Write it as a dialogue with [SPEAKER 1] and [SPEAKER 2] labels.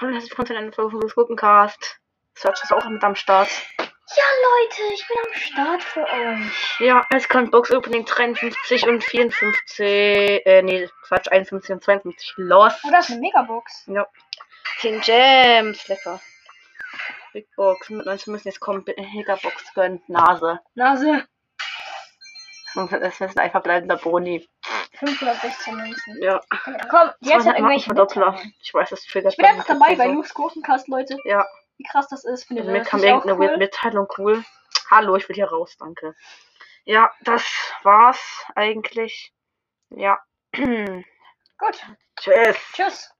[SPEAKER 1] Hallo und herzlich willkommen zu einer Folge des Gurkencast. Search ist auch mit am Start.
[SPEAKER 2] Ja, Leute, ich bin am Start für euch.
[SPEAKER 1] Ja, es kommt Box Opening 53 und 54. Äh, nee, Quatsch, 51 und 52. Los!
[SPEAKER 2] Oh, das ist eine Megabox.
[SPEAKER 1] Ja. 10 Gems, lecker. Big Box mit 19 müssen jetzt kommen. Bitte Hickerbox gönnt, Nase.
[SPEAKER 2] Nase.
[SPEAKER 1] Das ist ein verbleibender Boni.
[SPEAKER 2] 516 Münzen.
[SPEAKER 1] Ja,
[SPEAKER 2] Komm,
[SPEAKER 1] 200
[SPEAKER 2] jetzt hat
[SPEAKER 1] Marken
[SPEAKER 2] irgendwelche
[SPEAKER 1] Verdoppler.
[SPEAKER 2] Mitteilungen.
[SPEAKER 1] Ich weiß, das triggert
[SPEAKER 2] Ich bin einfach
[SPEAKER 1] mich
[SPEAKER 2] dabei
[SPEAKER 1] jetzt
[SPEAKER 2] bei
[SPEAKER 1] so.
[SPEAKER 2] Luke's Gurkencast, Leute.
[SPEAKER 1] Ja,
[SPEAKER 2] Wie krass das ist. Findet ihr
[SPEAKER 1] Mir
[SPEAKER 2] das
[SPEAKER 1] kam
[SPEAKER 2] nicht auch
[SPEAKER 1] irgendeine weird
[SPEAKER 2] cool?
[SPEAKER 1] Mitteilung cool. Hallo, ich will hier raus, danke. Ja, das war's eigentlich. Ja.
[SPEAKER 2] Gut,
[SPEAKER 1] Tschüss.
[SPEAKER 2] tschüss.